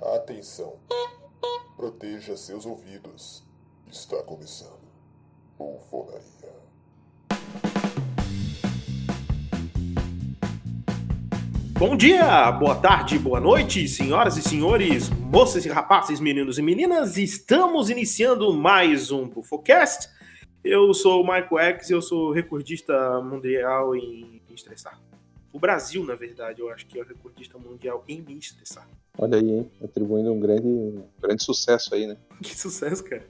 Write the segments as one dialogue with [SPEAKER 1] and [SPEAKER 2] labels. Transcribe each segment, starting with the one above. [SPEAKER 1] Atenção! Proteja seus ouvidos. Está começando. Bufonaria.
[SPEAKER 2] Bom dia, boa tarde, boa noite, senhoras e senhores, moças e rapazes, meninos e meninas. Estamos iniciando mais um Bufocast. Eu sou o Michael X e eu sou recordista mundial em me estressar. O Brasil, na verdade, eu acho que é o recordista mundial em me estressar.
[SPEAKER 3] Olha aí, hein? Atribuindo um grande, um grande sucesso aí, né?
[SPEAKER 2] Que sucesso, cara.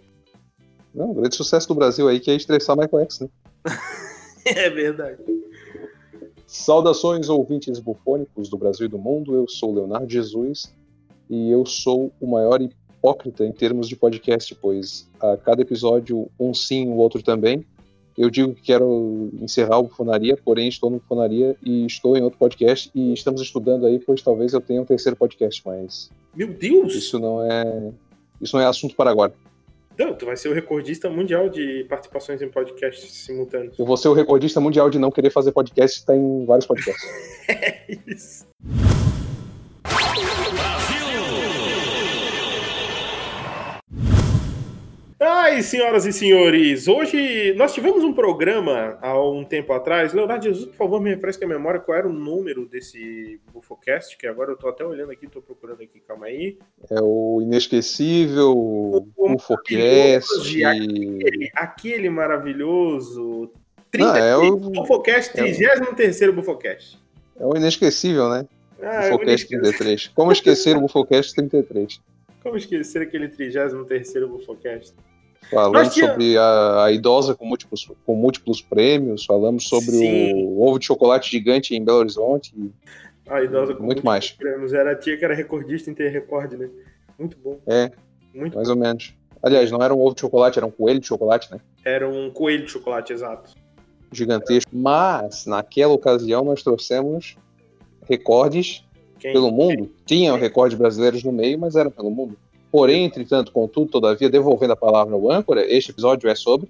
[SPEAKER 3] Não, um grande sucesso do Brasil aí que é estressar Michael X, né?
[SPEAKER 2] É verdade.
[SPEAKER 3] Saudações, ouvintes bufônicos do Brasil e do mundo. Eu sou Leonardo Jesus e eu sou o maior hipócrita em termos de podcast, pois a cada episódio, um sim, o outro também. Eu digo que quero encerrar o Bufonaria, porém estou no Bufonaria e estou em outro podcast e estamos estudando aí, pois talvez eu tenha um terceiro podcast, mas
[SPEAKER 2] Meu Deus!
[SPEAKER 3] isso não é isso não é assunto para agora.
[SPEAKER 2] Não, tu vai ser o recordista mundial de participações em podcasts simultâneos.
[SPEAKER 3] Eu vou ser o recordista mundial de não querer fazer podcast, está em vários podcasts.
[SPEAKER 2] Isso. Ai, senhoras e senhores, hoje nós tivemos um programa há um tempo atrás. Leonardo Jesus, por favor, me refresca a memória qual era o número desse Bufocast, que agora eu tô até olhando aqui, tô procurando aqui, calma aí.
[SPEAKER 3] É o Inesquecível, o
[SPEAKER 2] O
[SPEAKER 3] Ufocast.
[SPEAKER 2] Aquele, aquele maravilhoso. 30,
[SPEAKER 3] Não, é o-
[SPEAKER 2] Bufocast,
[SPEAKER 3] é o-
[SPEAKER 2] 33 Bufocast.
[SPEAKER 3] É o Inesquecível, né?
[SPEAKER 2] Ah, eu
[SPEAKER 3] Bufocast
[SPEAKER 2] esqueci.
[SPEAKER 3] 33. Como esquecer o Bufocast 33?
[SPEAKER 2] Como esquecer aquele 33º Bufocast?
[SPEAKER 3] Falamos
[SPEAKER 2] Nós tinha-
[SPEAKER 3] sobre a, a idosa com múltiplos, com múltiplos prêmios, falamos sobre
[SPEAKER 2] Sim.
[SPEAKER 3] o ovo de chocolate gigante em Belo Horizonte e
[SPEAKER 2] A idosa com
[SPEAKER 3] muito
[SPEAKER 2] muitos
[SPEAKER 3] mais,
[SPEAKER 2] prêmios. Era a tia que era recordista em ter recorde, né? Muito bom.
[SPEAKER 3] É.
[SPEAKER 2] Muito
[SPEAKER 3] mais ou menos. Aliás, não era um ovo de chocolate, era um coelho de chocolate, né?
[SPEAKER 2] Era um coelho de chocolate, exato.
[SPEAKER 3] Gigantesco. Mas, naquela ocasião, nós trouxemos recordes
[SPEAKER 2] Quem-
[SPEAKER 3] pelo mundo. Tinha recordes brasileiros no meio, mas era pelo mundo. Porém, entretanto, contudo, todavia, devolvendo a palavra ao âncora, este episódio é sobre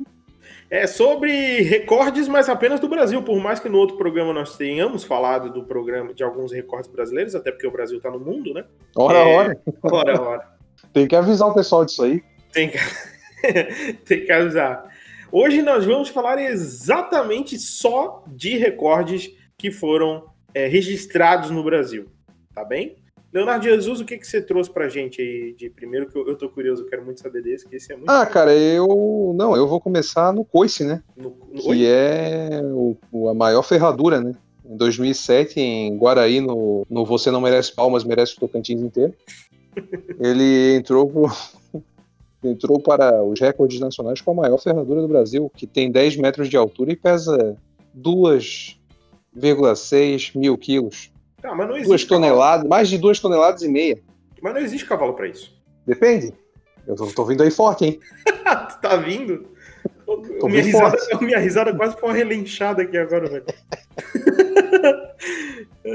[SPEAKER 2] É sobre recordes, mas apenas do Brasil. Por mais que no outro programa nós tenhamos falado do programa de alguns recordes brasileiros, até porque o Brasil tá no mundo, né?
[SPEAKER 3] Ora,
[SPEAKER 2] É.
[SPEAKER 3] ora.
[SPEAKER 2] Ora, ora.
[SPEAKER 3] Tem que avisar o pessoal disso aí.
[SPEAKER 2] Tem que, Tem que avisar. Hoje nós vamos falar exatamente só de recordes que foram é, registrados no Brasil. Tá bem? Leonardo Jesus, o que, que você trouxe pra gente aí de primeiro? Que eu, eu tô curioso, eu quero muito saber desse, que esse é muito.
[SPEAKER 3] Ah, cara, eu. Não, eu vou começar no coice, né?
[SPEAKER 2] no- no-
[SPEAKER 3] Que é o- o- a maior ferradura, né? Em 2007, em Guaraí, no, no Você Não Merece Palmas, Merece o Tocantins inteiro, ele entrou, pro- entrou para os recordes nacionais com a maior ferradura do Brasil, que tem 10 metros de altura e pesa 2,6 mil quilos.
[SPEAKER 2] Tá, mas não
[SPEAKER 3] 2
[SPEAKER 2] existe. Cavalo,
[SPEAKER 3] toneladas, mais de 2 toneladas e meia.
[SPEAKER 2] mas não existe cavalo pra isso.
[SPEAKER 3] Depende. Eu tô, tô vindo aí forte, hein?
[SPEAKER 2] tu tá vindo?
[SPEAKER 3] Tô
[SPEAKER 2] minha,
[SPEAKER 3] bem
[SPEAKER 2] risada, minha risada quase foi uma relinchada aqui agora, velho. Ai,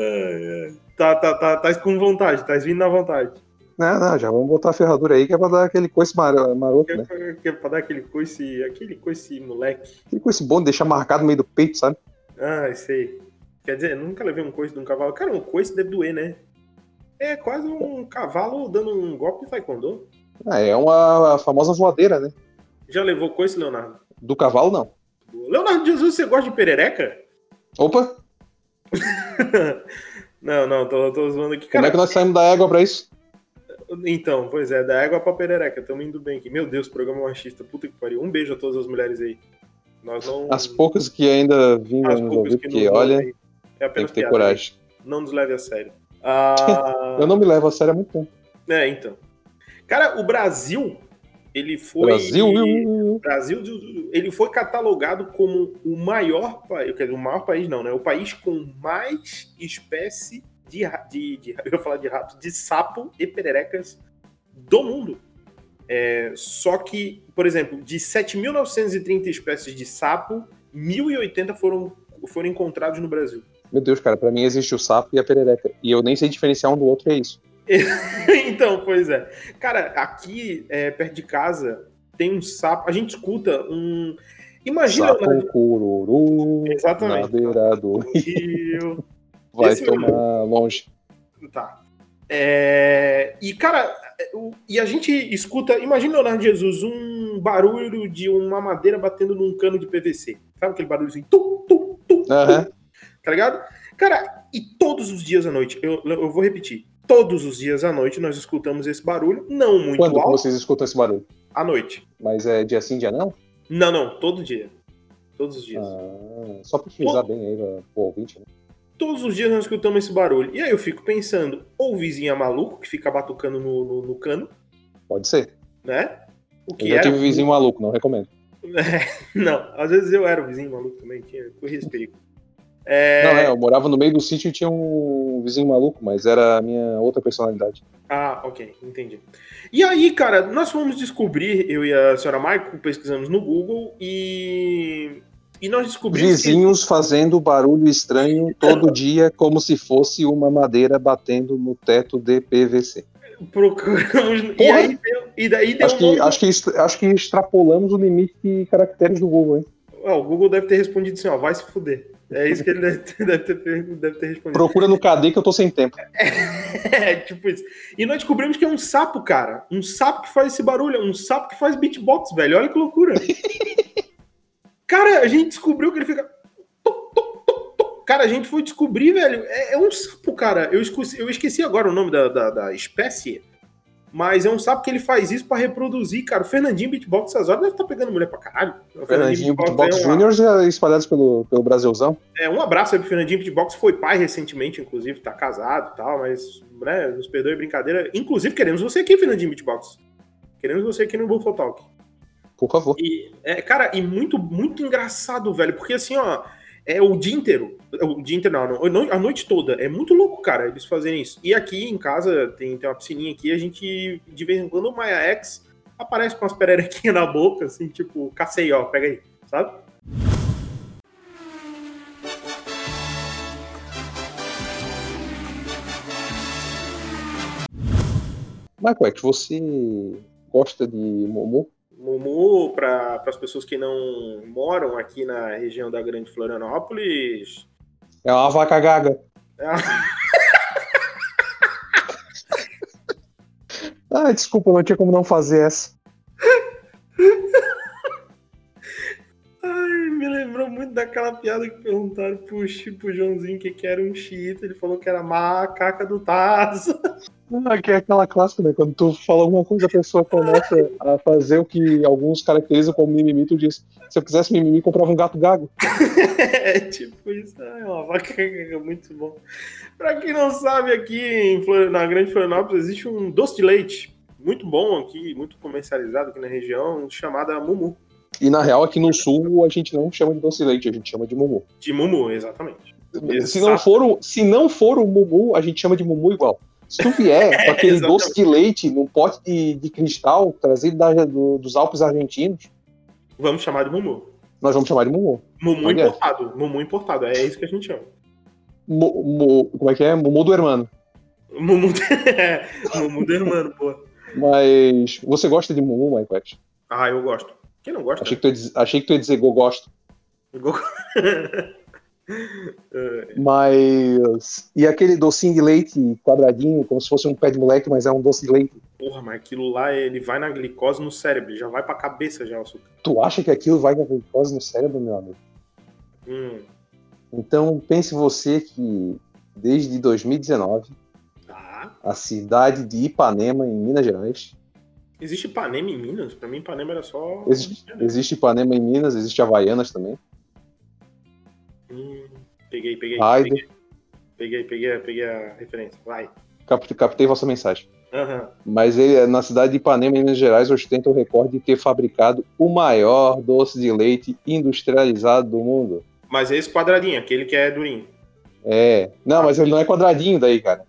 [SPEAKER 2] ai. tá, tá, tá, tá com vontade, tá vindo na vontade.
[SPEAKER 3] Não, não, já vamos botar a ferradura aí que é pra dar aquele coice maro- maroto, né?
[SPEAKER 2] Que, que, pra dar aquele coice, aquele coice moleque.
[SPEAKER 3] Aquele coice bom de deixar marcado no meio do peito, sabe?
[SPEAKER 2] Ah, sei. Quer dizer, eu nunca levei um coice de um cavalo. Cara, um coice deve doer, né? É quase um cavalo dando um golpe de taekwondo.
[SPEAKER 3] Ah, é uma famosa voadeira, né?
[SPEAKER 2] Já levou coice, Leonardo?
[SPEAKER 3] Do cavalo, não.
[SPEAKER 2] Leonardo Jesus, você gosta de perereca?
[SPEAKER 3] Opa, é
[SPEAKER 2] não, não, tô, tô zoando aqui.
[SPEAKER 3] como
[SPEAKER 2] Cara,
[SPEAKER 3] é que nós saímos da égua pra isso?
[SPEAKER 2] Então, pois é, da égua pra perereca, tamo indo bem aqui. Meu Deus, programa machista, puta que pariu. Um beijo a todas as mulheres aí. Nós não.
[SPEAKER 3] As poucas que ainda vinham
[SPEAKER 2] Hum. as
[SPEAKER 3] nos
[SPEAKER 2] poucas
[SPEAKER 3] ouvir,
[SPEAKER 2] nos
[SPEAKER 3] porque,
[SPEAKER 2] ouvem
[SPEAKER 3] olha,
[SPEAKER 2] aí. é
[SPEAKER 3] tem
[SPEAKER 2] apenas
[SPEAKER 3] que ter
[SPEAKER 2] piada,
[SPEAKER 3] coragem.
[SPEAKER 2] hein? Não nos leve a sério. Ah,
[SPEAKER 3] Eu não me levo a sério há muito tempo.
[SPEAKER 2] É, então. Cara, o Brasil, ele foi.
[SPEAKER 3] Brasil, iu, iu, iu.
[SPEAKER 2] Brasil, ele foi catalogado como o maior país, quer dizer, o maior país não, né? O país com mais espécie de, ra- de, de- eu ia falar de rato, de sapo e pererecas do mundo. É, só que, por exemplo, de 7.930 espécies de sapo, 1.080 foram, foram encontrados no Brasil.
[SPEAKER 3] Meu Deus, cara, pra mim existe o sapo e a perereca. E eu nem sei diferenciar um do outro, e é isso.
[SPEAKER 2] então, pois é. Cara, aqui é, perto de casa tem um sapo, a gente escuta um... Imagina, Leonardo,
[SPEAKER 3] Sapo, cururu,
[SPEAKER 2] Exatamente.
[SPEAKER 3] na beira do...
[SPEAKER 2] que eu-
[SPEAKER 3] Vai
[SPEAKER 2] Esse
[SPEAKER 3] tomar longe.
[SPEAKER 2] Tá. É, e, cara, o- e a gente escuta, imagina Leonardo Jesus, um barulho de uma madeira batendo num cano de PVC. Sabe aquele barulho assim, tum, tum, tum, tum,
[SPEAKER 3] Aham.
[SPEAKER 2] tá ligado? Cara, e todos os dias à noite, eu, eu vou repetir, todos os dias à noite nós escutamos esse barulho, não muito
[SPEAKER 3] Quando
[SPEAKER 2] alto,
[SPEAKER 3] vocês escutam esse barulho?
[SPEAKER 2] à noite.
[SPEAKER 3] Mas é dia sim, dia não?
[SPEAKER 2] Não, não, todo dia. Todos os dias.
[SPEAKER 3] Ah, só pra frisar bem aí pra- pro ouvinte, né?
[SPEAKER 2] Todos os dias nós escutamos esse barulho. E aí eu fico pensando, ou o vizinho é maluco que fica batucando no, no- no cano,
[SPEAKER 3] Pode ser.
[SPEAKER 2] né? O
[SPEAKER 3] Eu já
[SPEAKER 2] era
[SPEAKER 3] tive um vizinho maluco, não recomendo.
[SPEAKER 2] Não, às vezes eu era o vizinho maluco também, tinha, corria esse perigo.
[SPEAKER 3] Não, é, eu morava no meio do sítio e tinha um vizinho maluco, mas era a minha outra personalidade.
[SPEAKER 2] Ah, ok, entendi. E aí, cara, nós fomos descobrir, eu e a senhora Michael pesquisamos no Google e. E nós descobrimos. que-
[SPEAKER 3] Vizinhos fazendo barulho estranho todo dia, como se fosse uma madeira batendo no teto de PVC.
[SPEAKER 2] procuramos. E,
[SPEAKER 3] Porra!
[SPEAKER 2] aí deu- e daí deu.
[SPEAKER 3] Acho
[SPEAKER 2] um
[SPEAKER 3] que,
[SPEAKER 2] nome-
[SPEAKER 3] acho, que, est- acho que extrapolamos o limite de caracteres do Google, hein?
[SPEAKER 2] Ah, o Google deve ter respondido assim: ó, vai se fuder. É isso que ele deve ter, deve ter, deve ter respondido.
[SPEAKER 3] Procura no KD que eu tô sem tempo.
[SPEAKER 2] É, tipo isso. E nós descobrimos que é um sapo, cara. Um sapo que faz esse barulho. é Um sapo que faz beatbox, velho. Olha que loucura. cara, a gente descobriu que ele fica. tuc, tuc, tuc, tuc. Cara, a gente foi descobrir, velho. É, é um sapo, cara. Eu esqueci, eu esqueci agora o nome da, da, da espécie. Mas é um sapo que ele faz isso pra reproduzir, cara. O Fernandinho Beatbox, essas horas, deve estar pegando mulher pra caralho. O
[SPEAKER 3] Fernandinho Beatbox
[SPEAKER 2] é um-
[SPEAKER 3] Juniors é espalhados pelo, pelo Brasilzão.
[SPEAKER 2] é, um abraço aí pro Fernandinho Pitbox, foi pai recentemente, inclusive, tá casado e tal, mas, né, nos perdoe brincadeira. Inclusive, queremos você aqui, Fernandinho Pitbox. Queremos você aqui no Buffalo Talk.
[SPEAKER 3] Por favor.
[SPEAKER 2] E, é, cara, e muito, muito engraçado, velho, porque assim, ó, é o dia inteiro. O dia inteiro, não, não, a no- a noite toda. É muito louco, cara, eles fazerem isso. E aqui em casa tem, tem uma piscininha aqui, a gente, de vez em quando, o Maia X aparece com umas pererequinhas na boca, assim, tipo, cacei, ó, pega aí, sabe?
[SPEAKER 3] Michael, é que você gosta de Momo?
[SPEAKER 2] Mumu, para as pessoas que não moram aqui na região da Grande Florianópolis,
[SPEAKER 3] É uma vaca gaga.
[SPEAKER 2] É uma-
[SPEAKER 3] ah, desculpa, não tinha como não fazer essa.
[SPEAKER 2] ai, me lembrou muito daquela piada que perguntaram pro, Chi- pro Joãozinho o que, que era um xiita, ele falou que era macaca do Tazo.
[SPEAKER 3] Ah, que é aquela clássica, né? Quando tu fala alguma coisa, a pessoa começa a fazer o que alguns caracterizam como mimimi, tu diz, se eu quisesse mimimi, comprava um gato gago.
[SPEAKER 2] É tipo isso, é uma vaca gaga, muito bom. Para quem não sabe, aqui em Flor- na Grande Florianópolis existe um doce de leite muito bom aqui, muito comercializado aqui na região, chamada Mumu.
[SPEAKER 3] E na real, aqui no sul, a gente não chama de doce de leite, a gente chama de mumu.
[SPEAKER 2] De Mumu, exatamente.
[SPEAKER 3] Se não, for o, se não for o mumu, a gente chama de mumu igual. Se tu vier com aquele
[SPEAKER 2] exatamente.
[SPEAKER 3] doce de leite num pote de, de cristal trazido da- do- dos Alpes argentinos,
[SPEAKER 2] Vamos chamar de Mumu.
[SPEAKER 3] nós vamos chamar de mumu.
[SPEAKER 2] Mumu
[SPEAKER 3] Olha.
[SPEAKER 2] importado, mumu importado, é isso que a gente chama.
[SPEAKER 3] Mu- mu- como é que é? Mumu do hermano.
[SPEAKER 2] Mumu, é, mumu do irmão, pô.
[SPEAKER 3] Mas você gosta de mumu, Michael? Action?
[SPEAKER 2] Ah, eu gosto. Quem não gosta?
[SPEAKER 3] Achei que tu ia dizer, achei que tu ia dizer "Eu gosto.
[SPEAKER 2] Igual- É,
[SPEAKER 3] Mas. E aquele docinho de leite quadradinho, como se fosse um pé de moleque, mas é um doce de leite.
[SPEAKER 2] Porra, mas aquilo lá, ele vai na glicose no cérebro, já vai pra cabeça já o açúcar.
[SPEAKER 3] Tu acha que aquilo vai com glicose no cérebro, meu amigo?
[SPEAKER 2] Hum.
[SPEAKER 3] Então pense você que desde 2019,
[SPEAKER 2] Tá.
[SPEAKER 3] a cidade de Ipanema, em Minas Gerais,
[SPEAKER 2] Existe Ipanema em Minas? Pra mim, Ipanema era só.
[SPEAKER 3] existe, existe Ipanema em Minas, existe Havaianas também,
[SPEAKER 2] Hum, Peguei, peguei. Peguei,
[SPEAKER 3] Raider,
[SPEAKER 2] peguei, peguei, peguei a referência. Vai.
[SPEAKER 3] cap- captei vossa mensagem.
[SPEAKER 2] Aham.
[SPEAKER 3] Mas ele, na cidade de Ipanema, em Minas Gerais, ostenta o recorde de ter fabricado o maior doce de leite industrializado do mundo.
[SPEAKER 2] Mas é esse quadradinho, aquele que é durinho.
[SPEAKER 3] É. Não, mas ele não é quadradinho daí, cara.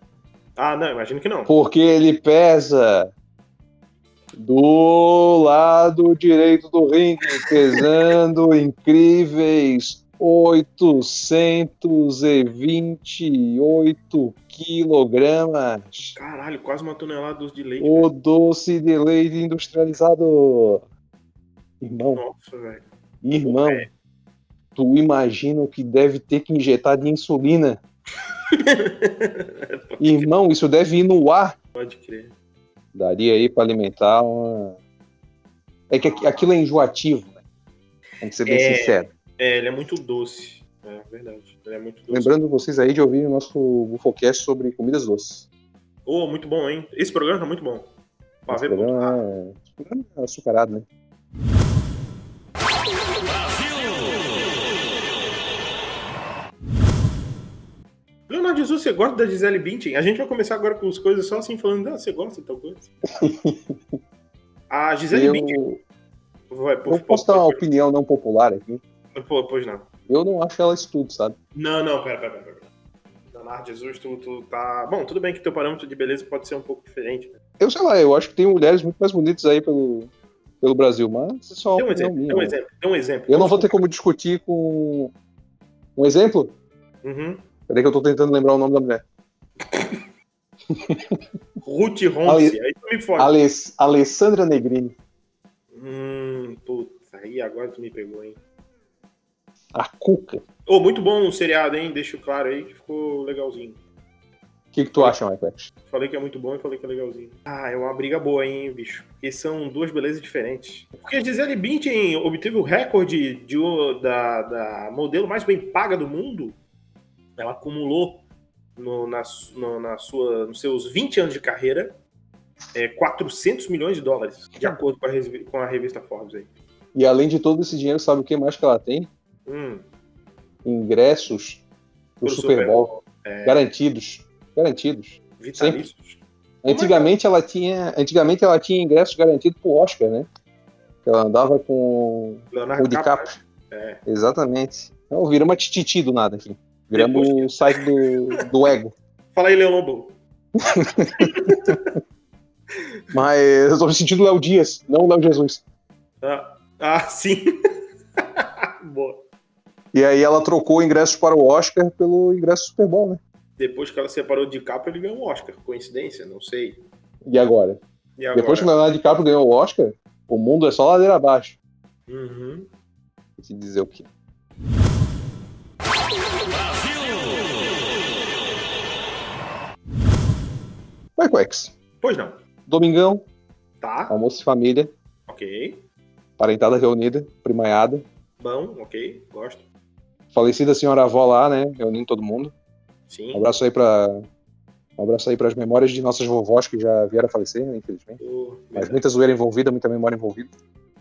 [SPEAKER 2] Ah, não, imagino que não.
[SPEAKER 3] Porque ele pesa do lado direito do ringue, pesando incríveis 828 quilogramas.
[SPEAKER 2] Caralho, quase uma tonelada de leite.
[SPEAKER 3] O doce de leite industrializado. Irmão,
[SPEAKER 2] Nossa, velho.
[SPEAKER 3] irmão,
[SPEAKER 2] É.
[SPEAKER 3] tu imagina o que deve ter que injetar de insulina Irmão, isso deve ir no ar.
[SPEAKER 2] Pode crer.
[SPEAKER 3] Daria aí pra alimentar uma. É que aqu- aquilo é enjoativo, né? Tem que ser bem
[SPEAKER 2] É.
[SPEAKER 3] sincero.
[SPEAKER 2] É, ele é muito doce. É verdade. Ele é muito doce.
[SPEAKER 3] Lembrando vocês aí de ouvir o nosso Bufocast sobre comidas doces.
[SPEAKER 2] Oh, muito bom, hein? Esse programa tá muito bom.
[SPEAKER 3] Esse
[SPEAKER 2] Pavê
[SPEAKER 3] programa é... esse programa é açucarado, né?
[SPEAKER 2] Leonardo Jesus, você gosta da Gisele Bündchen? A gente vai começar agora com as coisas só assim, falando, ah, você gosta de tal coisa? A Gisele Bündchen...
[SPEAKER 3] Eu,
[SPEAKER 2] Vai, por
[SPEAKER 3] eu posso dar uma opinião não popular aqui.
[SPEAKER 2] Pô, pois não.
[SPEAKER 3] Eu não acho ela isso tudo, sabe?
[SPEAKER 2] Não, não, pera, pera, pera. pera. Leonardo Jesus, tu, tu tá... Bom, tudo bem que teu parâmetro de beleza pode ser um pouco diferente. né?
[SPEAKER 3] Eu sei lá, eu acho que tem mulheres muito mais bonitas aí pelo, pelo Brasil, mas isso é só
[SPEAKER 2] Dê um
[SPEAKER 3] uma opinião
[SPEAKER 2] exemplo, dê um
[SPEAKER 3] minha. né?
[SPEAKER 2] exemplo, dê um exemplo.
[SPEAKER 3] Eu não vou ter como discutir com. Um exemplo?
[SPEAKER 2] Uhum.
[SPEAKER 3] Cadê que eu tô tentando lembrar o nome da mulher?
[SPEAKER 2] Ruth Ronce, aí tu me fode.
[SPEAKER 3] Aless- Alessandra Negrini.
[SPEAKER 2] Hum, puta, aí agora tu me pegou, hein?
[SPEAKER 3] A Cuca.
[SPEAKER 2] Ô, muito bom o seriado, hein? Deixo claro aí que ficou legalzinho.
[SPEAKER 3] O que, que tu acha, Michael?
[SPEAKER 2] Falei que é muito bom e falei que é legalzinho. Ah, é uma briga boa, hein, bicho? Porque são duas belezas diferentes. Porque Gisele Bündchen obteve o recorde de, o- da, da modelo mais bem paga do mundo. Ela acumulou no, na, su- no- na sua, nos seus 20 anos de carreira é, 400 milhões de dólares, de acordo com a, resi- com a revista Forbes aí.
[SPEAKER 3] E além de todo esse dinheiro, sabe o que mais que ela tem?
[SPEAKER 2] Hum,
[SPEAKER 3] Ingressos pro
[SPEAKER 2] pro É.
[SPEAKER 3] Super Bowl. Garantidos. Garantidos.
[SPEAKER 2] Vitalícios. é?
[SPEAKER 3] Antigamente ela tinha. Antigamente ela tinha ingresso garantido pro Oscar, né? Que ela andava com
[SPEAKER 2] Leonardo
[SPEAKER 3] o
[SPEAKER 2] DiCaprio.
[SPEAKER 3] DiCaprio.
[SPEAKER 2] Tá É.
[SPEAKER 3] Exatamente. Então viramos a tititi do nada aqui. Viramos
[SPEAKER 2] Depois-
[SPEAKER 3] o site do, do ego.
[SPEAKER 2] Fala aí, Leon Lobo.
[SPEAKER 3] Mas eu tô me sentindo Léo Dias, não o Léo Jesus.
[SPEAKER 2] Ah, ah, sim. Boa.
[SPEAKER 3] E aí ela trocou ingressos para o Oscar pelo ingresso do Super Bowl, né?
[SPEAKER 2] Depois que ela separou de capa, ele ganhou um Oscar. Coincidência? Não sei.
[SPEAKER 3] E agora?
[SPEAKER 2] E agora?
[SPEAKER 3] Depois que o Leonardo DiCaprio ganhou o Oscar, o mundo é só ladeira abaixo.
[SPEAKER 2] Uhum.
[SPEAKER 3] Vou te dizer o quê? Vai, Quex.
[SPEAKER 2] Pois não.
[SPEAKER 3] Domingão,
[SPEAKER 2] Tá,
[SPEAKER 3] almoço de família,
[SPEAKER 2] ok.
[SPEAKER 3] parentada reunida, primaiada,
[SPEAKER 2] Bom, ok. Gosto.
[SPEAKER 3] falecida senhora avó lá, né? Reunindo todo mundo.
[SPEAKER 2] Sim.
[SPEAKER 3] Um abraço aí para um abraço aí para as memórias de nossas vovós que já vieram a falecer, né, infelizmente.
[SPEAKER 2] Oh,
[SPEAKER 3] Mas
[SPEAKER 2] verdade.
[SPEAKER 3] muita zoeira envolvida, muita memória envolvida.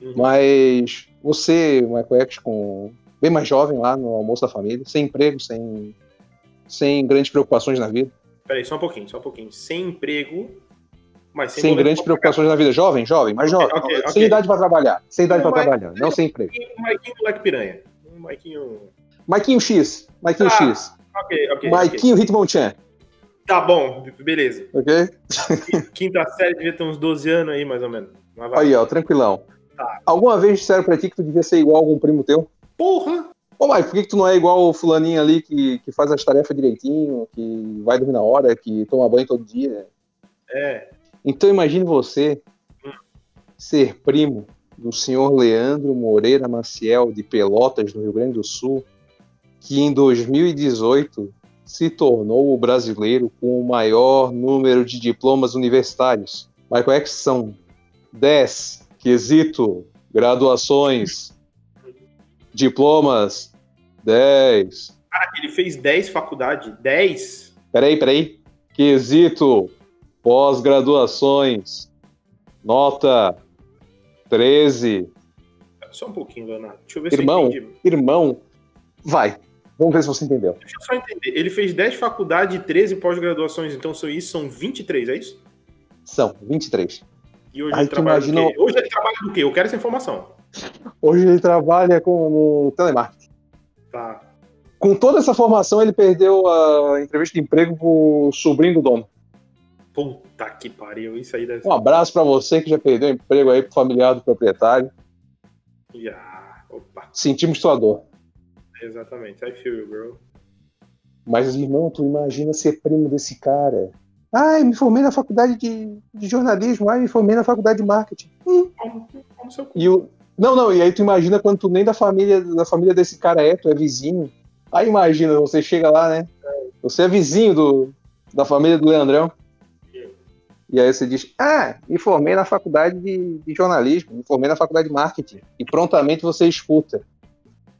[SPEAKER 2] Uhum.
[SPEAKER 3] Mas você, Michael X, com bem mais jovem lá no almoço da família, sem emprego, sem sem grandes preocupações na vida,
[SPEAKER 2] Peraí, só um pouquinho, só um pouquinho. Sem emprego, mas sem,
[SPEAKER 3] sem
[SPEAKER 2] boleto
[SPEAKER 3] grandes
[SPEAKER 2] pra pagar.
[SPEAKER 3] preocupações na vida, jovem, jovem, mais jovem,
[SPEAKER 2] ok,
[SPEAKER 3] sem
[SPEAKER 2] ok.
[SPEAKER 3] idade para trabalhar, sem idade
[SPEAKER 2] Não,
[SPEAKER 3] para
[SPEAKER 2] mas-
[SPEAKER 3] trabalhar, não sem emprego.
[SPEAKER 2] Um Maiquinho moleque piranha. Um Maiquinho.
[SPEAKER 3] Maiquinho X, Maiquinho
[SPEAKER 2] Ah,
[SPEAKER 3] X, Um
[SPEAKER 2] Ok, ok. ok.
[SPEAKER 3] Maiquinho Hitmon Chan,
[SPEAKER 2] Tá bom, be- beleza.
[SPEAKER 3] ok?
[SPEAKER 2] Quinta série devia ter uns 12 anos aí, mais ou menos. Mas vai.
[SPEAKER 3] Aí, ó, tranquilão.
[SPEAKER 2] Tá.
[SPEAKER 3] Alguma vez disseram pra ti que tu devia ser igual a algum primo teu?
[SPEAKER 2] Porra!
[SPEAKER 3] Ô, Mike, por que, que tu não é igual o fulaninho ali que, que faz as tarefas direitinho, que vai dormir na hora, que toma banho todo dia?
[SPEAKER 2] É.
[SPEAKER 3] Então imagine você ser primo do senhor Leandro Moreira Maciel, de Pelotas, no Rio Grande do Sul, que em 2018 se tornou o brasileiro com o maior número de diplomas universitários. Michael X são 10, quesito, graduações, diplomas, 10.
[SPEAKER 2] Cara, Ah, ele fez 10 faculdades. 10?
[SPEAKER 3] Peraí, peraí. Quesito pós-graduações. Nota 13.
[SPEAKER 2] Só um pouquinho, Leonardo. Deixa eu ver
[SPEAKER 3] Irmão.
[SPEAKER 2] se eu entendi.
[SPEAKER 3] Irmão, vai. Vamos ver se você entendeu.
[SPEAKER 2] Deixa eu só entender. Ele fez 10 faculdades e 13 pós-graduações, então são isso são 23, é isso?
[SPEAKER 3] São 23.
[SPEAKER 2] E hoje
[SPEAKER 3] Aí
[SPEAKER 2] ele
[SPEAKER 3] tu
[SPEAKER 2] trabalha
[SPEAKER 3] imagina-
[SPEAKER 2] do quê? Hoje ele trabalha do quê? Eu quero essa informação.
[SPEAKER 3] Hoje ele trabalha com, no telemarketing.
[SPEAKER 2] Tá.
[SPEAKER 3] Com toda essa formação, ele perdeu a entrevista de emprego pro sobrinho do dono.
[SPEAKER 2] Puta que pariu, isso aí deve ser.
[SPEAKER 3] Um abraço pra você que já perdeu o emprego aí pro familiar do proprietário.
[SPEAKER 2] Já. Ah, Opa,
[SPEAKER 3] Sentimos sua dor.
[SPEAKER 2] exatamente. I feel you, bro.
[SPEAKER 3] Mas, irmão, tu imagina ser primo desse cara. Ah, eu me formei na faculdade de, de jornalismo, ah, eu me formei na faculdade de marketing.
[SPEAKER 2] Como, como seu cu.
[SPEAKER 3] E o. Não, não, e aí tu imagina quando tu nem da família, da família desse cara é, tu é vizinho. Aí imagina, você chega lá, né? Você é vizinho do, da família do Leandrão. E aí você diz, ah, me formei na faculdade de, de jornalismo, me formei na faculdade de marketing. E prontamente você escuta.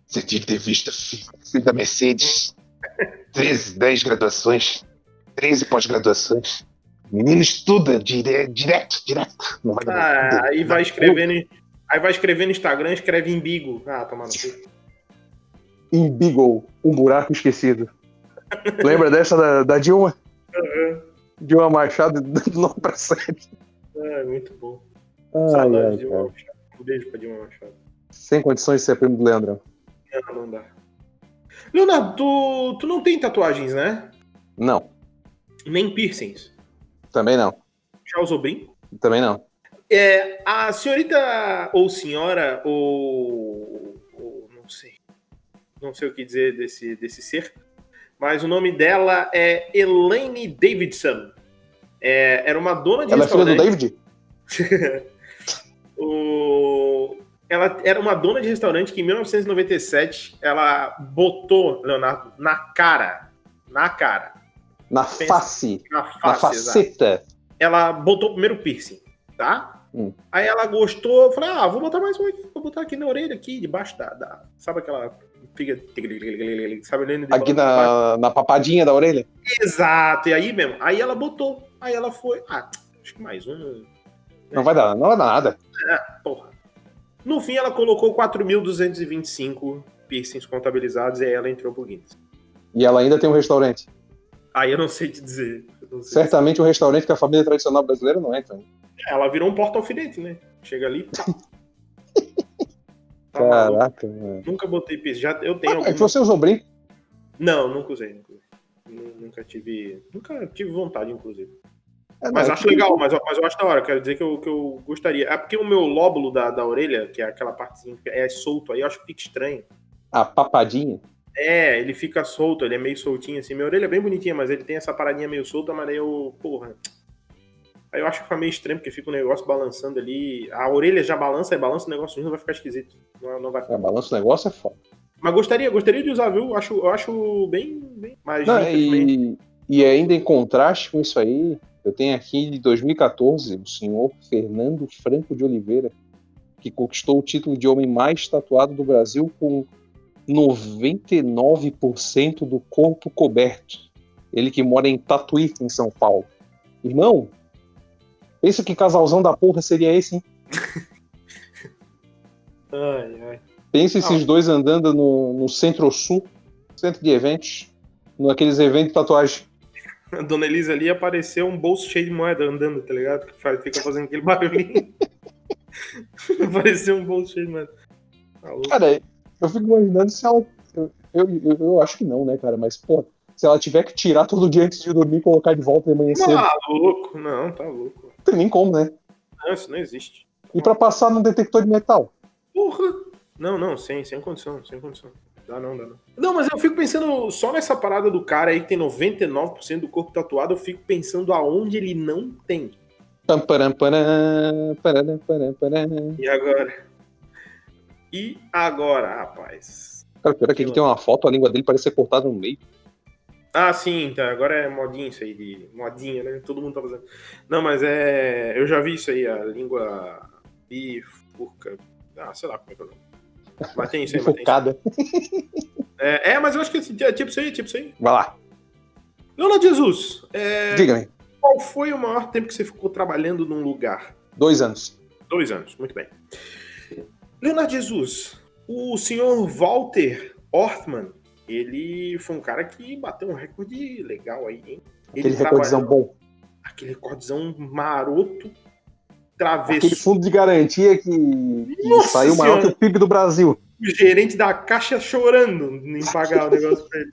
[SPEAKER 3] Você tinha que ter visto a filha da Mercedes. 13, 10 graduações, 13 pós-graduações. Menino estuda dire- direto, direto. Não tá vai
[SPEAKER 2] Ah, aí vai escrevendo. em- Aí vai escrever no Instagram, escreve em bigo. Ah, tomando.
[SPEAKER 3] Embigou, um buraco esquecido. Lembra dessa da, da Dilma?
[SPEAKER 2] Uhum.
[SPEAKER 3] Dilma Machado dando nome pra série.
[SPEAKER 2] É, muito bom.
[SPEAKER 3] Ai,
[SPEAKER 2] Saudades
[SPEAKER 3] ai,
[SPEAKER 2] de Dilma
[SPEAKER 3] cara.
[SPEAKER 2] Machado. Um beijo pra Dilma Machado.
[SPEAKER 3] Sem condições de ser primo do Leandrão.
[SPEAKER 2] Não, não dá. Leonardo, tu, tu não tem tatuagens, né?
[SPEAKER 3] Não,
[SPEAKER 2] Nem piercings.
[SPEAKER 3] também não.
[SPEAKER 2] Já usou brinco?
[SPEAKER 3] Também não.
[SPEAKER 2] É, a senhorita ou senhora ou, ou não sei, não sei o que dizer desse, desse ser, mas o nome dela é Elaine Davidson. É, era uma dona de
[SPEAKER 3] Ela é filha
[SPEAKER 2] restaurante.
[SPEAKER 3] do David?
[SPEAKER 2] O- Ela era uma dona de restaurante que em 1997 ela botou Leonardo na cara, na cara,
[SPEAKER 3] Na
[SPEAKER 2] Pensa-
[SPEAKER 3] face.
[SPEAKER 2] na
[SPEAKER 3] Na
[SPEAKER 2] face, exato.
[SPEAKER 3] faceta.
[SPEAKER 2] ela botou o primeiro piercing, tá?
[SPEAKER 3] Hum.
[SPEAKER 2] Aí ela gostou, eu falei, ah, vou botar mais um aqui, vou botar aqui na orelha, aqui, debaixo da. da- sabe aquela. Fica. Sabe olhando
[SPEAKER 3] Aqui na, na papadinha da orelha?
[SPEAKER 2] Exato, e aí mesmo. Aí ela botou. Aí ela foi. Ah, acho que mais um.
[SPEAKER 3] Não vai dar, não vai dar nada.
[SPEAKER 2] Porra. No fim, ela colocou 4.225 piercings contabilizados e aí ela entrou pro Guinness.
[SPEAKER 3] E ela ainda tem um restaurante.
[SPEAKER 2] Aí eu não sei te dizer. eu não sei
[SPEAKER 3] Certamente um restaurante que a família tradicional brasileira não entra. né?
[SPEAKER 2] dizer. Ela virou um porta-alfinete, né? Chega ali. Pá. Tá maluco.
[SPEAKER 3] Caraca, mano.
[SPEAKER 2] Nunca botei piercing. Já, eu tenho
[SPEAKER 3] Ah, é
[SPEAKER 2] algumas-
[SPEAKER 3] que você usou brinco?
[SPEAKER 2] Não, nunca usei, nunca usei. Nu- Nunca tive. Nunca tive vontade, inclusive.
[SPEAKER 3] É,
[SPEAKER 2] Mas
[SPEAKER 3] não,
[SPEAKER 2] acho legal, mas, eu- mas eu acho da hora. Quero dizer que eu, que eu gostaria. É porque o meu lóbulo da, da orelha, que é aquela partezinha que é solto aí, eu acho que fica estranho.
[SPEAKER 3] A papadinha?
[SPEAKER 2] É, ele fica solto, ele é meio soltinho assim. Minha orelha é bem bonitinha, mas ele tem essa paradinha meio solta, mas aí eu. Porra. Aí eu acho que fica meio estranho, porque fica o negócio balançando ali. A orelha já balança, aí balança o negócio junto, vai ficar esquisito. Não, não vai
[SPEAKER 3] É,
[SPEAKER 2] ficar.
[SPEAKER 3] balança o negócio é foda.
[SPEAKER 2] Mas gostaria, gostaria de usar, viu? Eu acho, eu acho bem, bem. Mas
[SPEAKER 3] Não,
[SPEAKER 2] infelizmente-
[SPEAKER 3] e, e ainda em contraste com isso aí, eu tenho aqui de 2014 o senhor Fernando Franco de Oliveira, que conquistou o título de homem mais tatuado do Brasil com 99% do corpo coberto. Ele que mora em Tatuí, em São Paulo. Irmão, pensa que casalzão da porra seria esse, hein?
[SPEAKER 2] Ai, ai.
[SPEAKER 3] Pensa esses
[SPEAKER 2] Não.
[SPEAKER 3] dois andando no, no centro-sul, centro de eventos, naqueles eventos de tatuagem.
[SPEAKER 2] A dona Elisa ali apareceu um bolso cheio de moeda andando, tá ligado? Que faz- fica fazendo aquele barulhinho. apareceu um bolso cheio de moeda. Tá louco.
[SPEAKER 3] Cara, eu fico imaginando se ela. Eu, eu, eu- eu acho que não, né, cara? Mas, pô, se ela tiver que tirar todo dia antes de dormir e colocar de volta de manhã cedo, não
[SPEAKER 2] Maluco? Não, tá louco.
[SPEAKER 3] tem nem como, né?
[SPEAKER 2] Não, isso não existe.
[SPEAKER 3] E pra passar num detector de metal.
[SPEAKER 2] Porra! Não, não, sem, sem condição, sem condição. Dá não, dá não. Não, mas eu fico pensando só nessa parada do cara aí que tem 99% do corpo tatuado, eu fico pensando aonde ele não tem.
[SPEAKER 3] Pam, param, param, param, param, param.
[SPEAKER 2] E agora? E agora, rapaz?
[SPEAKER 3] Cara, pior é que aqui tem uma foto, a língua dele parece ser cortada no meio.
[SPEAKER 2] Ah, sim, tá. Agora é modinha isso aí de modinha, né? Todo mundo tá fazendo. Não, mas é. Eu já vi isso aí, a língua bifurca. Ah, sei lá como é que é o nome. Mas tem isso aí, mas tem isso aí.
[SPEAKER 3] Focada.
[SPEAKER 2] É, é, mas eu acho que esse- é tipo isso aí, é tipo isso aí.
[SPEAKER 3] Vai lá,
[SPEAKER 2] Leonardo Jesus, é,
[SPEAKER 3] diga-me.
[SPEAKER 2] qual foi o maior tempo que você ficou trabalhando num lugar?
[SPEAKER 3] Dois anos.
[SPEAKER 2] Dois anos, muito bem. Leonardo Jesus, o senhor Walter Ortman, ele foi um cara que bateu um recorde legal aí, hein?
[SPEAKER 3] Aquele recordezão
[SPEAKER 2] trabalhou-
[SPEAKER 3] bom.
[SPEAKER 2] aquele cordezão maroto,
[SPEAKER 3] Aquele
[SPEAKER 2] travesso.
[SPEAKER 3] fundo de garantia que, que
[SPEAKER 2] Nossa
[SPEAKER 3] saiu maior
[SPEAKER 2] Senhora.
[SPEAKER 3] que o PIB do Brasil.
[SPEAKER 2] O gerente da caixa chorando em pagar o negócio pra ele.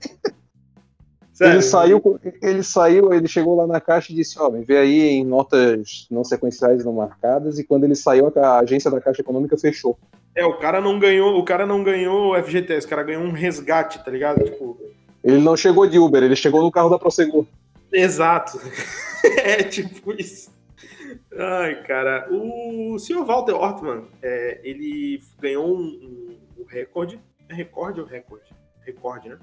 [SPEAKER 2] Sério.
[SPEAKER 3] Ele saiu, com- ele saiu, ele chegou lá na caixa e disse, ó, me vê aí em notas não sequenciais não marcadas, e quando ele saiu, a agência da Caixa Econômica fechou.
[SPEAKER 2] É, o cara não ganhou, o cara não ganhou o FGTS, o cara ganhou um resgate, tá ligado? Tipo,
[SPEAKER 3] Ele não chegou de Uber, ele chegou no carro da Prosegur.
[SPEAKER 2] exato. é tipo isso. Ai, cara, o senhor Walter Ortman, é, ele ganhou um, um- o um recorde, é recorde ou recorde? recorde, né?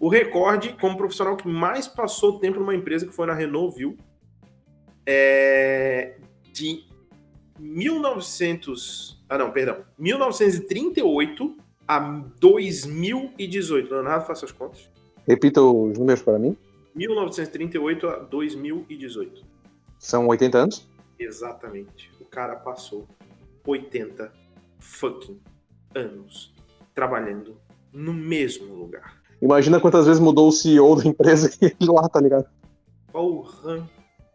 [SPEAKER 2] O recorde como profissional que mais passou tempo numa empresa que foi na Renaultville é de 1900, ah não, perdão, 1938 a 2018. Leonardo, faça as contas.
[SPEAKER 3] Repita os números para mim.
[SPEAKER 2] 1938 a 2018.
[SPEAKER 3] São 80 anos?
[SPEAKER 2] Exatamente. O cara passou 80 fucking anos trabalhando no mesmo lugar.
[SPEAKER 3] Imagina quantas vezes mudou o CEO da empresa e ele lá, tá ligado?
[SPEAKER 2] Porra.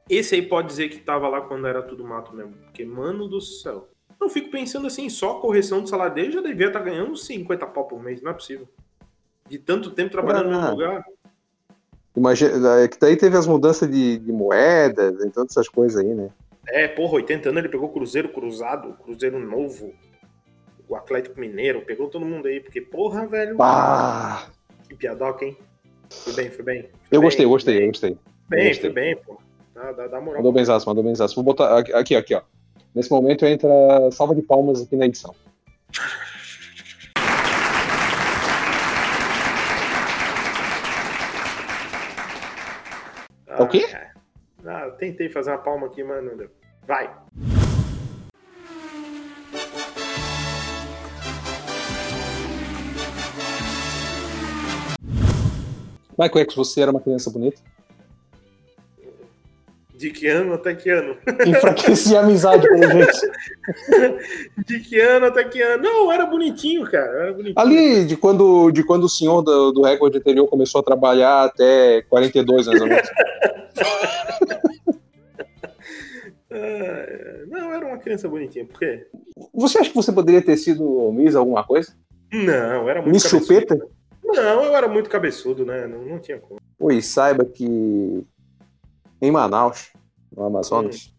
[SPEAKER 2] Esse aí pode dizer que tava lá quando era tudo mato mesmo. Porque, mano do céu. Eu fico pensando assim, só a correção do salário dele já devia estar ganhando uns 50 pau por mês, não é possível. De tanto tempo trabalhando no
[SPEAKER 3] Ah.
[SPEAKER 2] mesmo lugar.
[SPEAKER 3] Imagina, é que daí teve as mudanças de, de moeda, tem todas essas coisas aí, né?
[SPEAKER 2] É, porra, 80 anos ele pegou Cruzeiro Cruzado, Cruzeiro Novo, o Atlético Mineiro, pegou todo mundo aí, porque, porra, velho,
[SPEAKER 3] Bah!
[SPEAKER 2] que piadoca, hein? Foi bem, foi bem. Foi
[SPEAKER 3] Eu
[SPEAKER 2] bem,
[SPEAKER 3] gostei, eu gostei, eu gostei.
[SPEAKER 2] Foi bem,
[SPEAKER 3] gostei.
[SPEAKER 2] foi bem, pô. Dá, dá, dá moral.
[SPEAKER 3] Mandou benzaço, mandou benzaço. Vou botar aqui, aqui, aqui, ó. Nesse momento entra salva de palmas aqui na edição.
[SPEAKER 2] Ah,
[SPEAKER 3] É o quê?
[SPEAKER 2] cara. Ah, eu tentei fazer uma palma aqui, mas não deu. Vai.
[SPEAKER 3] Michael X, você era uma criança bonita?
[SPEAKER 2] De que ano até que ano?
[SPEAKER 3] Enfraqueci a amizade, pelo jeito.
[SPEAKER 2] De que ano até que ano? Não, eu era bonitinho, cara. eu Era bonitinho.
[SPEAKER 3] Ali, de quando, de quando o senhor do, do recorde anterior começou a trabalhar até 42, mais ou menos.
[SPEAKER 2] Ah, é. não, eu era uma criança bonitinha. Por quê?
[SPEAKER 3] Você acha que você poderia ter sido Miss alguma coisa?
[SPEAKER 2] Não, eu era muito
[SPEAKER 3] Miss Chupeta?
[SPEAKER 2] Não, eu era muito cabeçudo, né? Não, não tinha como.
[SPEAKER 3] Pois saiba que em Manaus, no Amazonas,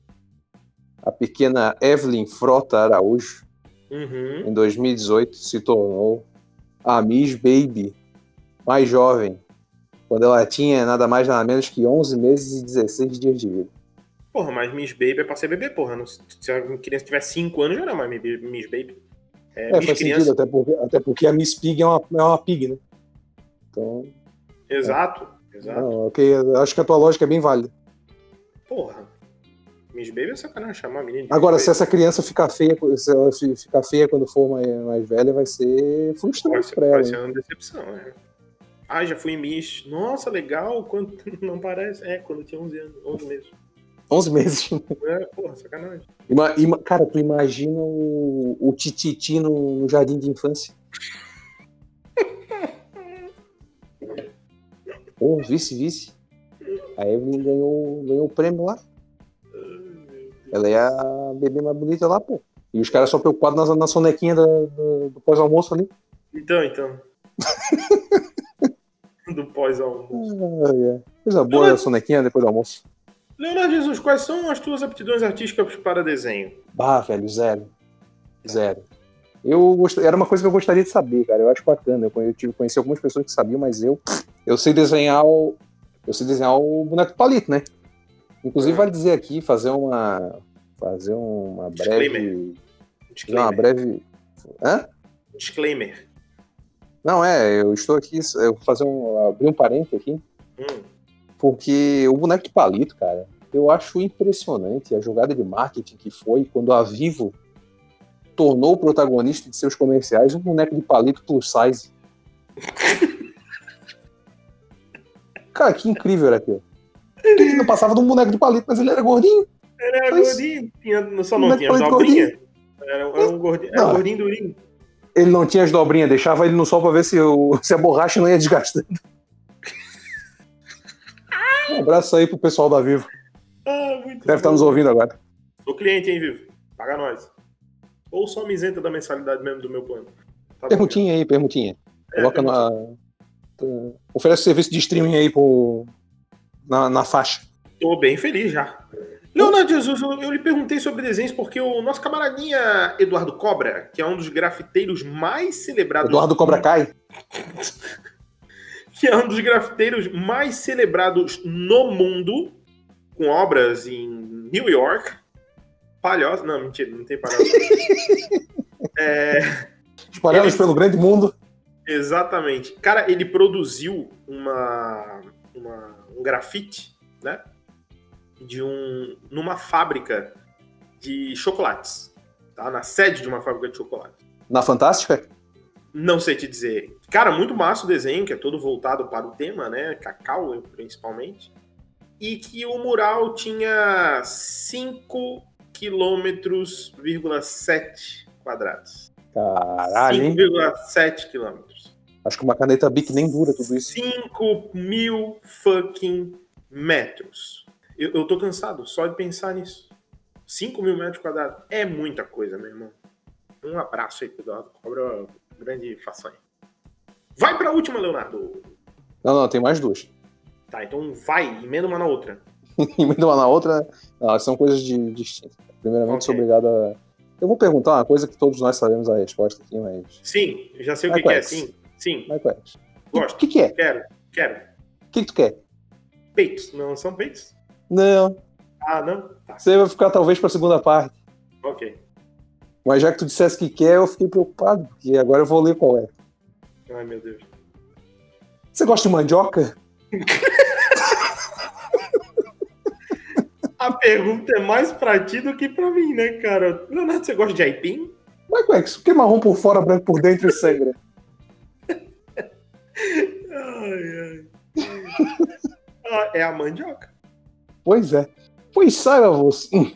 [SPEAKER 3] a pequena Evelyn Frota Araújo
[SPEAKER 2] Uhum.
[SPEAKER 3] em 2018 se tornou um, a Miss Baby mais jovem, quando ela tinha nada mais nada menos que 11 meses e 16 dias de vida.
[SPEAKER 2] Porra, mas Miss Baby é pra ser bebê, porra. Não- se a criança tiver 5 anos, já não é mais Miss Miss Baby. É,
[SPEAKER 3] É,
[SPEAKER 2] Miss
[SPEAKER 3] faz
[SPEAKER 2] Criança.
[SPEAKER 3] sentido, até porque, até porque a Miss Pig é uma, é uma pig, né? Então,
[SPEAKER 2] Exato,
[SPEAKER 3] É.
[SPEAKER 2] exato.
[SPEAKER 3] não, ok, eu acho que a tua lógica é bem válida.
[SPEAKER 2] Porra. Miss Baby é sacanagem chamar a menina de
[SPEAKER 3] Agora,
[SPEAKER 2] Miss
[SPEAKER 3] se essa criança ficar feia, se ela fi- ficar feia quando for mais, mais velha, vai ser
[SPEAKER 2] Vai
[SPEAKER 3] frustrante
[SPEAKER 2] ser,
[SPEAKER 3] pra
[SPEAKER 2] vai
[SPEAKER 3] ela.
[SPEAKER 2] ser uma decepção, né? Ah, já fui em Miss. Nossa, legal. Quando... Não parece. É, quando eu tinha 11 anos, 11 meses.
[SPEAKER 3] 11 meses.
[SPEAKER 2] É, porra, sacanagem.
[SPEAKER 3] Ima- ima- cara, tu imagina o, o tititi no, no jardim de infância? Ô, vice-vice. A Evelyn ganhou, ganhou o prêmio lá. Ela é a bebê mais bonita lá, pô. E os caras só preocupados na, na sonequinha da- do, do pós-almoço ali.
[SPEAKER 2] Então, então. Do pós-almoço.
[SPEAKER 3] Ah, é. Coisa boa a sonequinha depois do almoço.
[SPEAKER 2] Leonardo Jesus, quais são as tuas aptidões artísticas para desenho?
[SPEAKER 3] Bah, velho, zero. Zero. Eu gost... Era uma coisa que eu gostaria de saber, cara. Eu acho bacana. Eu, conhe- eu tive, conheci algumas pessoas que sabiam, mas eu. Eu sei desenhar o. Eu sei desenhar o boneco do palito, né? Inclusive, vale dizer aqui, fazer uma. Fazer uma breve. Fazer uma
[SPEAKER 2] Disclaimer.
[SPEAKER 3] breve. Hã?
[SPEAKER 2] Disclaimer.
[SPEAKER 3] Não, é, eu estou aqui. Eu vou fazer um. abrir um parênteses aqui.
[SPEAKER 2] Hum.
[SPEAKER 3] Porque o boneco de palito, cara, eu acho impressionante a jogada de marketing que foi quando a Vivo tornou o protagonista de seus comerciais um boneco de palito plus size. cara, que incrível era aquilo. Ele não passava de um boneco de palito, mas ele era gordinho.
[SPEAKER 2] Ele era
[SPEAKER 3] Mas-
[SPEAKER 2] gordinho, tinha, só não
[SPEAKER 3] Mas
[SPEAKER 2] tinha
[SPEAKER 3] foi
[SPEAKER 2] dobrinha. Era, era um gordinho, era
[SPEAKER 3] Não.
[SPEAKER 2] gordinho durinho.
[SPEAKER 3] Ele não tinha as dobrinhas, deixava ele no sol pra ver se, o- se a borracha não ia desgastando. Um abraço aí pro pessoal da Vivo.
[SPEAKER 2] Ah, muito
[SPEAKER 3] Deve estar
[SPEAKER 2] bom.
[SPEAKER 3] nos ouvindo agora.
[SPEAKER 2] Sou cliente, hein, Vivo? Paga nós. Ou só me isenta da mensalidade mesmo do meu plano. Tá bom,
[SPEAKER 3] Permutinha aí, permutinha.
[SPEAKER 2] É,
[SPEAKER 3] Coloca na. tá- Oferece serviço de streaming aí pro... na, na faixa.
[SPEAKER 2] cara. Tô bem feliz já. Leonardo Jesus, eu, eu lhe perguntei sobre desenhos porque o nosso camaradinha Eduardo Cobra, que é um dos grafiteiros mais celebrados.
[SPEAKER 3] Eduardo Cobra Kai.
[SPEAKER 2] Que é um dos grafiteiros mais celebrados no mundo, com obras em New York. Palhoça. Não, mentira, não tem palhoça.
[SPEAKER 3] Espalhados
[SPEAKER 2] Ele-
[SPEAKER 3] pelo tipo, grande mundo.
[SPEAKER 2] Exatamente. Cara, ele produziu uma, uma- um grafite, né? De um, numa fábrica de chocolates. Tá? Na sede de uma fábrica de chocolate.
[SPEAKER 3] Na Fantástica?
[SPEAKER 2] Não sei te dizer. Cara, muito massa o desenho, que é todo voltado para o tema, né? Cacau, principalmente. E que o mural tinha 5 quilômetros, vírgula 7 quadrados.
[SPEAKER 3] Caralho, hein?
[SPEAKER 2] 5,7 quilômetros.
[SPEAKER 3] Acho que uma caneta Bic nem dura tudo isso.
[SPEAKER 2] 5 mil fucking metros. Eu, eu tô cansado só de pensar nisso. 5 mil metros quadrados é muita coisa, meu irmão. Um abraço aí pro Eduardo Cobra, grande façanha. Vai pra última, Leonardo.
[SPEAKER 3] Não, não, tem mais duas.
[SPEAKER 2] Tá, então vai, emenda uma na outra.
[SPEAKER 3] Emenda uma na outra, né? Não, elas são coisas de- distintas. Primeiramente, sou
[SPEAKER 2] Ok.
[SPEAKER 3] obrigado a. Eu vou perguntar uma coisa que todos nós sabemos a resposta aqui, mas.
[SPEAKER 2] Sim, já sei o
[SPEAKER 3] Vai
[SPEAKER 2] que, que é,
[SPEAKER 3] com
[SPEAKER 2] sim. Sim,
[SPEAKER 3] Mas qual é? O
[SPEAKER 2] gosto,
[SPEAKER 3] que, que é?
[SPEAKER 2] quero, quero.
[SPEAKER 3] O que, que tu quer?
[SPEAKER 2] Peitos, não são peitos?
[SPEAKER 3] Não,
[SPEAKER 2] Ah, não? Tá,
[SPEAKER 3] você vai ficar talvez pra segunda parte.
[SPEAKER 2] ok.
[SPEAKER 3] Mas já que tu dissesse que quer, eu fiquei preocupado, porque agora eu vou ler qual é.
[SPEAKER 2] Ai, meu Deus.
[SPEAKER 3] Você gosta de mandioca?
[SPEAKER 2] A pergunta é mais pra ti do que pra mim, né, cara? Leonardo, você gosta de aipim?
[SPEAKER 3] Mas qual é? Isso que é marrom por fora, branco por dentro e sangra.
[SPEAKER 2] Ai, ai. Ah, é a mandioca.
[SPEAKER 3] Pois é. Pois saiba você. Hum,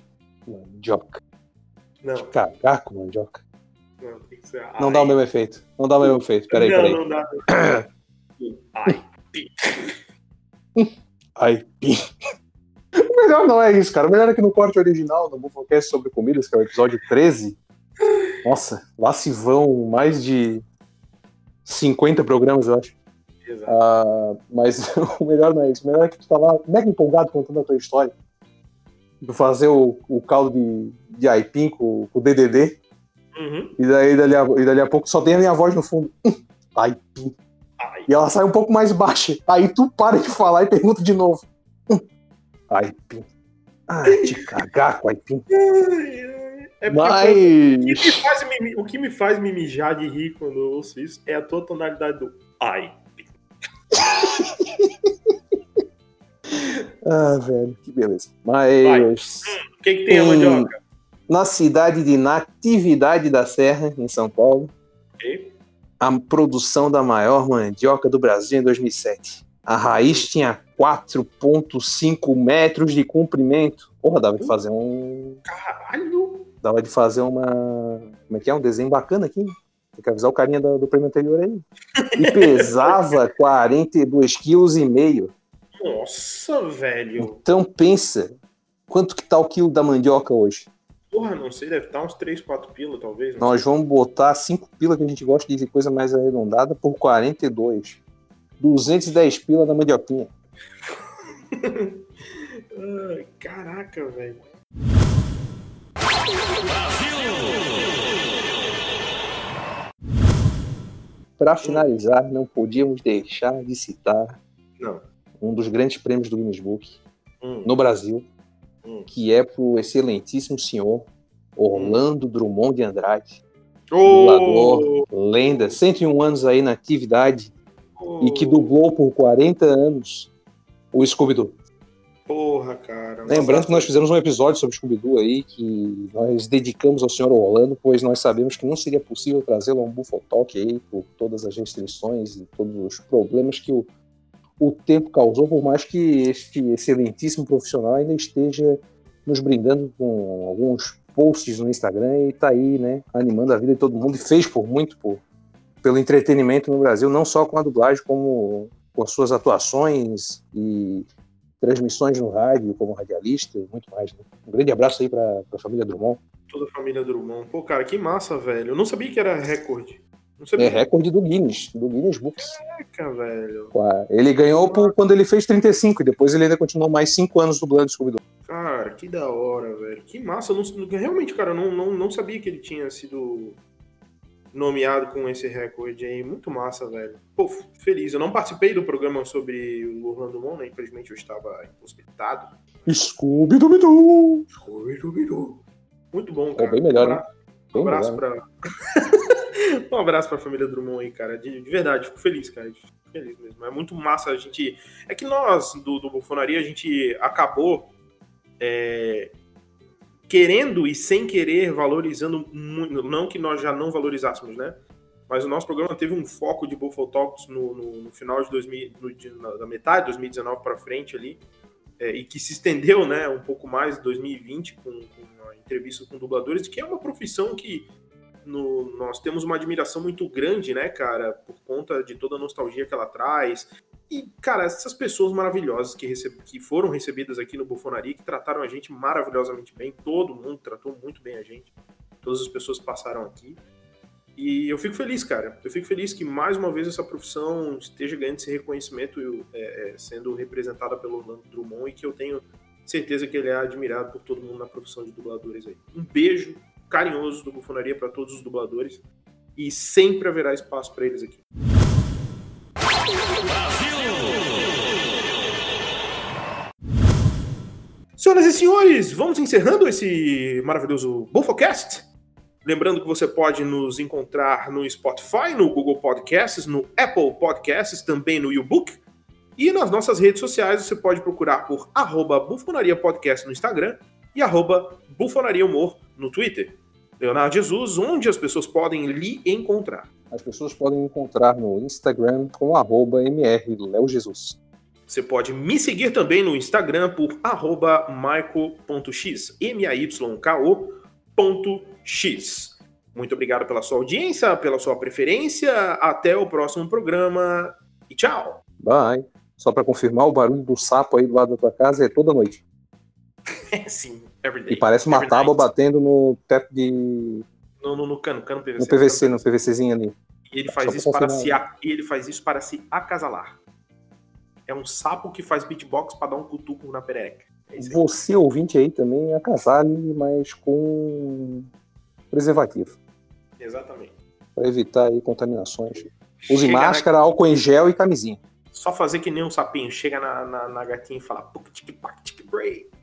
[SPEAKER 3] mandioca.
[SPEAKER 2] Não,
[SPEAKER 3] Cagar com mandioca.
[SPEAKER 2] não, tem que ser a-
[SPEAKER 3] Não dá o mesmo efeito. Não dá o mesmo efeito. Peraí,
[SPEAKER 2] não,
[SPEAKER 3] peraí.
[SPEAKER 2] não dá.
[SPEAKER 3] Ai, pi. O melhor não é isso, cara. O melhor é que no corte original do Bufocast sobre comidas, que é o episódio 13, nossa, lá se vão mais de 50 programas, eu acho.
[SPEAKER 2] Exato.
[SPEAKER 3] Ah, mas o melhor não é isso. O melhor é que tu tá lá mega empolgado contando a tua história. Tu fazer o, o caldo de, de aipim com, com o DDD.
[SPEAKER 2] Uhum.
[SPEAKER 3] E daí dali a, e dali a pouco só tem a minha voz no fundo. Aipim.
[SPEAKER 2] Ai,
[SPEAKER 3] E ela sai um pouco mais baixa. Aí tu para de falar e pergunta de novo. Aipim. Ah, te cagar com aipim.
[SPEAKER 2] ai, ai. É porque o que,
[SPEAKER 3] Mas...
[SPEAKER 2] me faz me, mi- o que me faz me mijar de rir quando eu ouço isso é a tua tonalidade do ai.
[SPEAKER 3] Ah, velho, que beleza. Mas...
[SPEAKER 2] O que, que tem a
[SPEAKER 3] Hum.
[SPEAKER 2] mandioca?
[SPEAKER 3] Na cidade de Natividade da Serra, em São Paulo,
[SPEAKER 2] Ok.
[SPEAKER 3] a produção da maior mandioca do Brasil em 2007. A raiz tinha 4,5 metros de comprimento. Porra, dava de fazer um.
[SPEAKER 2] Caralho!
[SPEAKER 3] Dava de fazer uma. Como é que é? Um desenho bacana aqui. né? Tem que avisar o carinha do, do prêmio anterior aí. E pesava 42,5 kg.
[SPEAKER 2] Nossa, velho!
[SPEAKER 3] Então pensa, quanto que tá o quilo da mandioca hoje?
[SPEAKER 2] Porra, não sei, deve estar uns 3, 4 pila, talvez. não
[SPEAKER 3] Nós vamos botar 5 pila que a gente gosta de coisa mais arredondada por 42. 210 pila da mandioquinha.
[SPEAKER 2] Ai, caraca, velho.
[SPEAKER 3] Para finalizar, não podíamos deixar de citar
[SPEAKER 2] Não.
[SPEAKER 3] um dos grandes prêmios do Guinness Book
[SPEAKER 2] Hum.
[SPEAKER 3] no Brasil,
[SPEAKER 2] Hum.
[SPEAKER 3] que é pro excelentíssimo senhor Orlando Drummond de Andrade,
[SPEAKER 2] Ô!
[SPEAKER 3] lenda, 101 anos aí na atividade e que
[SPEAKER 2] Ô!
[SPEAKER 3] dublou por 40 anos o Scooby-Doo.
[SPEAKER 2] Porra, cara.
[SPEAKER 3] Lembrando que nós fizemos um episódio sobre Scooby-Doo aí, que nós dedicamos ao senhor Orlando, pois nós sabemos que não seria possível trazê-lo a um Bufotalk aí, por todas as restrições e todos os problemas que o, o tempo causou, por mais que este excelentíssimo profissional ainda esteja nos brindando com alguns posts no Instagram e tá aí, né, animando a vida de todo mundo, e fez por muito por, pelo entretenimento no Brasil, não só com a dublagem, como com as suas atuações e transmissões no rádio, como radialista e muito mais. né? Um grande abraço aí para a família Drummond.
[SPEAKER 2] Toda a família Drummond. Pô, cara, que massa, velho. Eu não sabia que era recorde. Não
[SPEAKER 3] É
[SPEAKER 2] sabia,
[SPEAKER 3] recorde do Guinness, do Guinness Book.
[SPEAKER 2] Caraca, velho.
[SPEAKER 3] Com a- Ele ganhou por- quando ele fez 35 e depois ele ainda continuou mais 5 anos dublando scooby -Doo.
[SPEAKER 2] Cara, que da hora, velho. Que massa. Eu não- realmente, cara, eu não, não, não sabia que ele tinha sido nomeado com esse recorde aí. Muito massa, velho. Pô, f- feliz. Eu não participei do programa sobre o Orlando Drummond, né? Infelizmente eu estava impossibilitado.
[SPEAKER 3] scooby doo
[SPEAKER 2] Muito bom,
[SPEAKER 3] É
[SPEAKER 2] cara.
[SPEAKER 3] bem melhor, né?
[SPEAKER 2] Um abraço pra. Um abraço pra família Drummond aí, cara. De, de verdade, fico feliz, cara. Fico feliz mesmo. É muito massa a gente. É que nós, do, do Bufonaria, a gente acabou é, querendo e sem querer valorizando muito. Não que nós já não valorizássemos, né? Mas o nosso programa teve um foco de Buffalo Talks no, no, no final de 2000, no, de, na, da metade de 2019 para frente ali, é, e que se estendeu né, um pouco mais em 2020 com, com a entrevista com dubladores, que é uma profissão que no, nós temos uma admiração muito grande, né, cara, por conta de toda a nostalgia que ela traz. E, cara, essas pessoas maravilhosas que, receb... que foram recebidas aqui no Bufonaria, que trataram a gente maravilhosamente bem, todo mundo tratou muito bem a gente, todas as pessoas passaram aqui. E eu fico feliz, cara. Eu fico feliz que mais uma vez essa profissão esteja ganhando esse reconhecimento, é, é, sendo representada pelo Orlando Drummond, e que eu tenho certeza que ele é admirado por todo mundo na profissão de dubladores aí. Um beijo carinhoso do Bufonaria para todos os dubladores e sempre haverá espaço para eles aqui. Brasil! Senhoras e senhores, vamos encerrando esse maravilhoso Bufocast. Lembrando que você pode nos encontrar no Spotify, no Google Podcasts, no Apple Podcasts, também no YouBook. E nas nossas redes sociais você pode procurar por arroba Bufonaria Podcast no Instagram e arroba Bufonaria Humor no Twitter. Leonardo Jesus, onde as pessoas podem lhe encontrar?
[SPEAKER 3] As pessoas podem encontrar no Instagram com arroba mrleojesus.
[SPEAKER 2] Você pode me seguir também no Instagram por arroba maico.x, M-A-Y-K-O, ponto X. Muito obrigado pela sua audiência, pela sua preferência. Até o próximo programa e tchau.
[SPEAKER 3] Bye. Só para confirmar, o barulho do sapo aí do lado da tua casa é toda noite.
[SPEAKER 2] É sim, everyday.
[SPEAKER 3] E parece uma
[SPEAKER 2] Every
[SPEAKER 3] tábua
[SPEAKER 2] night.
[SPEAKER 3] batendo no teto de.
[SPEAKER 2] No, no, no cano, cano PVC.
[SPEAKER 3] no PVC, no PVCzinho ali.
[SPEAKER 2] E ele faz
[SPEAKER 3] Só pra
[SPEAKER 2] isso para se
[SPEAKER 3] confirmar.
[SPEAKER 2] a- e ele faz isso para se acasalar. É um sapo que faz beatbox para dar um cutuco na perereca. É isso aí.
[SPEAKER 3] Você, ouvinte aí também, agasalhe, mas com preservativo.
[SPEAKER 2] Exatamente.
[SPEAKER 3] Para evitar aí contaminações. Use
[SPEAKER 2] Chega na-
[SPEAKER 3] máscara, álcool em gel e camisinha.
[SPEAKER 2] Só fazer que nem um sapinho. Chega na, na, na gatinha e fala "Puc, tic pac tic break.